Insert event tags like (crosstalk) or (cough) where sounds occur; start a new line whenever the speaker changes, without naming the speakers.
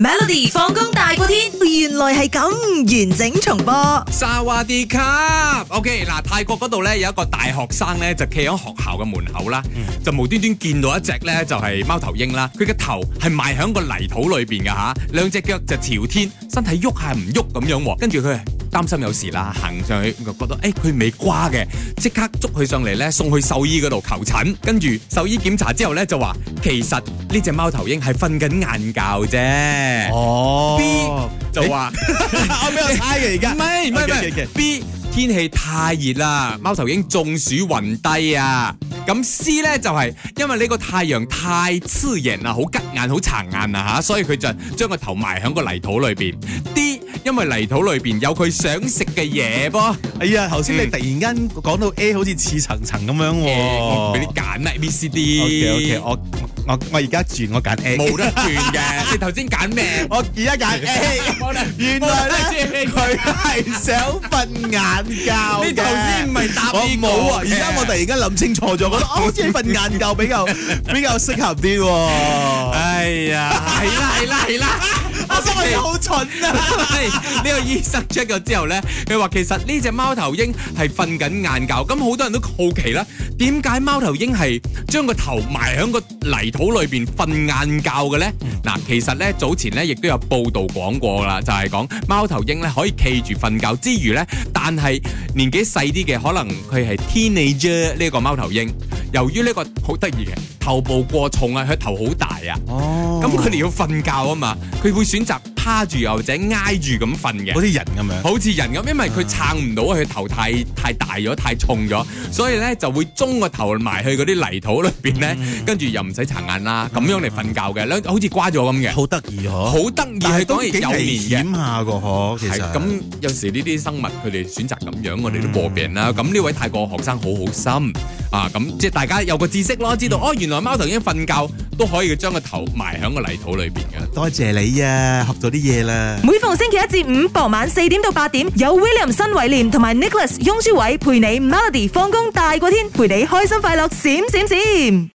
Melody 放工大過天，原來係咁完整重播。
沙瓦迪卡，OK 嗱，泰國嗰度咧有一個大學生咧就企喺學校嘅門口啦，就無端端見到一隻咧就係貓頭鷹啦，佢嘅頭係埋喺個泥土裏邊嘅吓，兩隻腳就朝天，身體喐下唔喐咁樣喎，跟住佢擔心有事啦，行上去就覺得誒佢未瓜嘅，即刻捉佢上嚟咧送去獸醫嗰度求診，跟住獸醫檢查之後咧就話其實呢隻貓頭鷹係瞓緊晏覺啫。
哦
B 就話。
我俾
(laughs)
我猜嘅而家
唔係唔係唔係 B 天氣太熱啦，貓頭鷹中暑暈低啊！咁 C 咧就係、因為呢個太陽太刺眼啦，好吉眼好殘眼啊嚇，所以佢就將個頭埋喺個泥土裏邊。D 因為泥土裏邊有佢想食嘅嘢噃，
哎 (laughs) 呀，頭先你突然間講到 A 好似似層層咁樣
誒我唔俾
喎。
你揀咩 B、C、
OK
D。
OK，我我我而家轉我揀 A，
E。冇得轉
(laughs)
嘅，你頭先揀咩？
我而
(laughs)
家揀 A。
冇得
原來咧佢係想瞓晏覺嘅
你頭先唔係答
我
呢個
冇啊！
嘅
而家我突然間諗清楚咗，覺
(laughs)
得哦好似瞓晏覺比較比較適合啲喎。
哎呀，係啦係啦係啦，哎
我
(laughs)
心諗你好蠢啊！
呢個醫生 check 咗之後呢，佢話其實呢只貓頭鷹係瞓緊晏覺，咁好多人都好奇啦，點解貓頭鷹係將個頭埋喺個泥土裏邊瞓晏覺嘅呢？嗱，其實呢，早前呢亦都有報道講過啦，就係講貓頭鷹呢可以企住瞓覺之餘呢，但係年紀細啲嘅可能佢係 teenager 呢個貓頭鷹，由於呢個好得意嘅頭部過重啊，佢頭好大啊。
哦
咁佢哋要瞓覺啊嘛，佢會選擇趴住又或者挨住咁瞓嘅
好，似人咁樣。
好似人咁，因為佢撐唔到，啊佢頭太太大咗，太重咗，所以咧就會中個頭埋去嗰啲泥土裏邊咧，
嗯
跟住又唔使搽眼啦，咁樣嚟瞓覺嘅，兩好似瓜咗咁嘅，
好得意嗬，
好得意，係講係有年嘅。
險下個嗬，其
係
實
咁，有時呢啲生物佢哋選擇咁樣，我哋都過病
嗯
啦。咁呢位泰國學生好好心啊，咁即係大家有個知識咯，知道
嗯
哦，原來貓頭鷹瞓覺都可以將個頭埋喺個泥土裏邊嘅。
多謝你啊，學到啲嘢啦。
每逢星期一至五傍晚四點到八點，有 William 新偉廉同埋 Nicholas 雍舒偉陪你 Melody 放工大過天，陪你開心快樂閃閃閃。